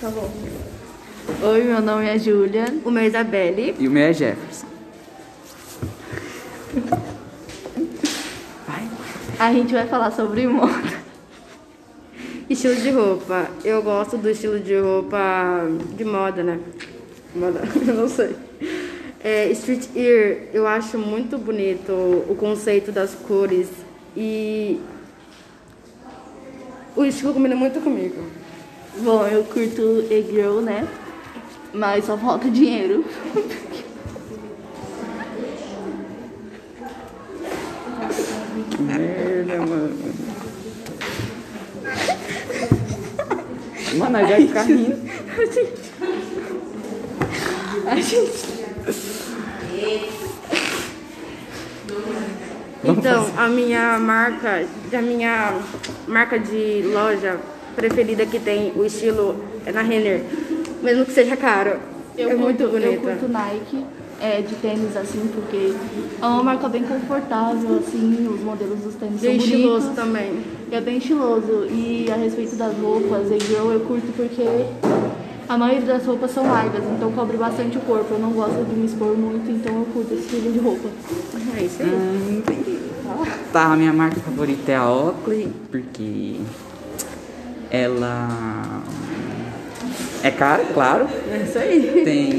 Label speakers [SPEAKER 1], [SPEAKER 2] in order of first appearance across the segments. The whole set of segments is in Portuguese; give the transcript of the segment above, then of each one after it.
[SPEAKER 1] Tá bom.
[SPEAKER 2] Oi, meu nome é Julia.
[SPEAKER 1] O meu é Isabelle.
[SPEAKER 3] E o meu é Jefferson.
[SPEAKER 2] A gente vai falar sobre moda.
[SPEAKER 1] Estilo de roupa. Eu gosto do estilo de roupa de moda, né? Moda, eu não sei. É, street ear, eu acho muito bonito o conceito das cores e o estilo combina muito comigo.
[SPEAKER 2] Bom, eu curto e-girl, né? Mas só falta dinheiro.
[SPEAKER 3] Que merda, mano. Mano, a Jack tá rindo.
[SPEAKER 2] A gente...
[SPEAKER 1] Então, a minha marca, a minha marca de loja preferida que tem o estilo é na Renner, mesmo que seja caro. é
[SPEAKER 2] curto-
[SPEAKER 1] muito
[SPEAKER 2] Eu
[SPEAKER 1] bonita.
[SPEAKER 2] curto Nike é, de tênis, assim, porque é uma marca bem confortável, assim, os modelos dos tênis
[SPEAKER 1] Bem
[SPEAKER 2] são
[SPEAKER 1] estiloso
[SPEAKER 2] bonitos.
[SPEAKER 1] também.
[SPEAKER 2] É bem estiloso. E a respeito das roupas, e girl eu curto porque a maioria das roupas são largas, então cobre bastante o corpo. Eu não gosto de me expor muito, então eu curto esse tipo de roupa.
[SPEAKER 1] É isso aí.
[SPEAKER 3] Hum, entendi. Tá, a minha marca favorita é a Oakley, porque ela é cara, claro.
[SPEAKER 1] É isso aí.
[SPEAKER 3] Tem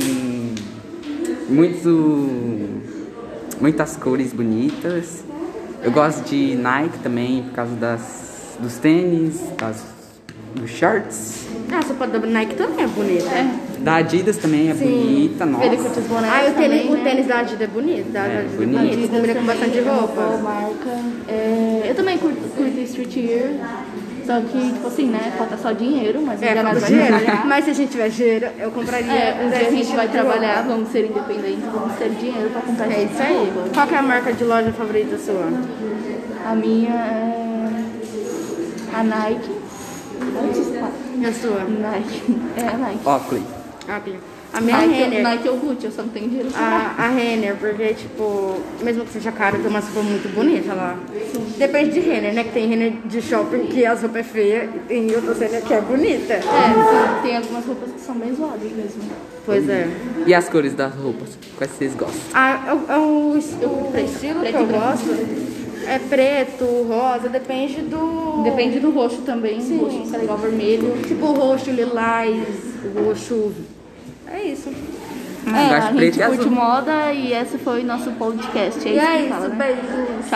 [SPEAKER 3] muito, muitas cores bonitas. Eu gosto de Nike também por causa das, dos tênis, das, dos shorts.
[SPEAKER 1] Ah, a sopa da Nike também é bonita.
[SPEAKER 3] Da Adidas também é bonita, nossa.
[SPEAKER 2] Ele curte os bonecos
[SPEAKER 1] Ah, o tênis,
[SPEAKER 2] também,
[SPEAKER 1] o
[SPEAKER 2] né?
[SPEAKER 1] tênis da Adidas é bonito. Da
[SPEAKER 3] É,
[SPEAKER 1] Adidas é
[SPEAKER 3] bonito.
[SPEAKER 1] bonito. Combina com bastante
[SPEAKER 2] é uma boa
[SPEAKER 1] roupa.
[SPEAKER 2] marca. É, eu também curto, curto streetwear. Só que, tipo assim, né? Falta só dinheiro, mas
[SPEAKER 1] É,
[SPEAKER 2] ainda
[SPEAKER 1] falta
[SPEAKER 2] mais vai
[SPEAKER 1] dinheiro.
[SPEAKER 2] trabalhar.
[SPEAKER 1] Mas se a gente tiver dinheiro, eu compraria.
[SPEAKER 2] É, um dia a gente vai
[SPEAKER 1] de
[SPEAKER 2] trabalhar,
[SPEAKER 1] roupa.
[SPEAKER 2] vamos ser independentes, vamos ter dinheiro pra comprar
[SPEAKER 1] É
[SPEAKER 2] esse
[SPEAKER 1] isso
[SPEAKER 2] tipo de
[SPEAKER 1] aí.
[SPEAKER 2] roupa.
[SPEAKER 1] Qual que é a marca de loja favorita sua?
[SPEAKER 2] A minha é a Nike.
[SPEAKER 1] E a sua?
[SPEAKER 2] Nike. É a Nike.
[SPEAKER 3] Oakley.
[SPEAKER 1] Ah, ok. A minha é
[SPEAKER 2] Nike,
[SPEAKER 1] Renner.
[SPEAKER 2] Nike ou Gucci, eu só não tenho dinheiro pra
[SPEAKER 1] A, a Renner, porque, tipo, mesmo que seja caro, tem uma roupa muito bonita lá. Depende de Renner, né? Que tem Renner de shopping que as roupas é feia e tem outras Renner que é bonita.
[SPEAKER 2] É, tem algumas roupas que são bem zoadas mesmo.
[SPEAKER 1] Pois é.
[SPEAKER 3] E as cores das roupas? Quais vocês gostam?
[SPEAKER 1] Ah, é o- é o, es- o
[SPEAKER 2] Preto.
[SPEAKER 1] estilo
[SPEAKER 2] Preto
[SPEAKER 1] que eu
[SPEAKER 2] e branco.
[SPEAKER 1] gosto é preto, rosa, depende do.
[SPEAKER 2] Depende do roxo também.
[SPEAKER 1] Sim.
[SPEAKER 2] Roxo fica legal vermelho.
[SPEAKER 1] Tipo roxo, lilás, roxo. É isso.
[SPEAKER 3] Eu
[SPEAKER 2] É,
[SPEAKER 3] acho
[SPEAKER 2] a
[SPEAKER 3] preto
[SPEAKER 2] gente
[SPEAKER 3] e azul.
[SPEAKER 2] curte moda e esse foi nosso podcast. É
[SPEAKER 1] E
[SPEAKER 2] isso
[SPEAKER 1] é
[SPEAKER 2] que fala,
[SPEAKER 1] isso,
[SPEAKER 2] né?
[SPEAKER 1] beijos.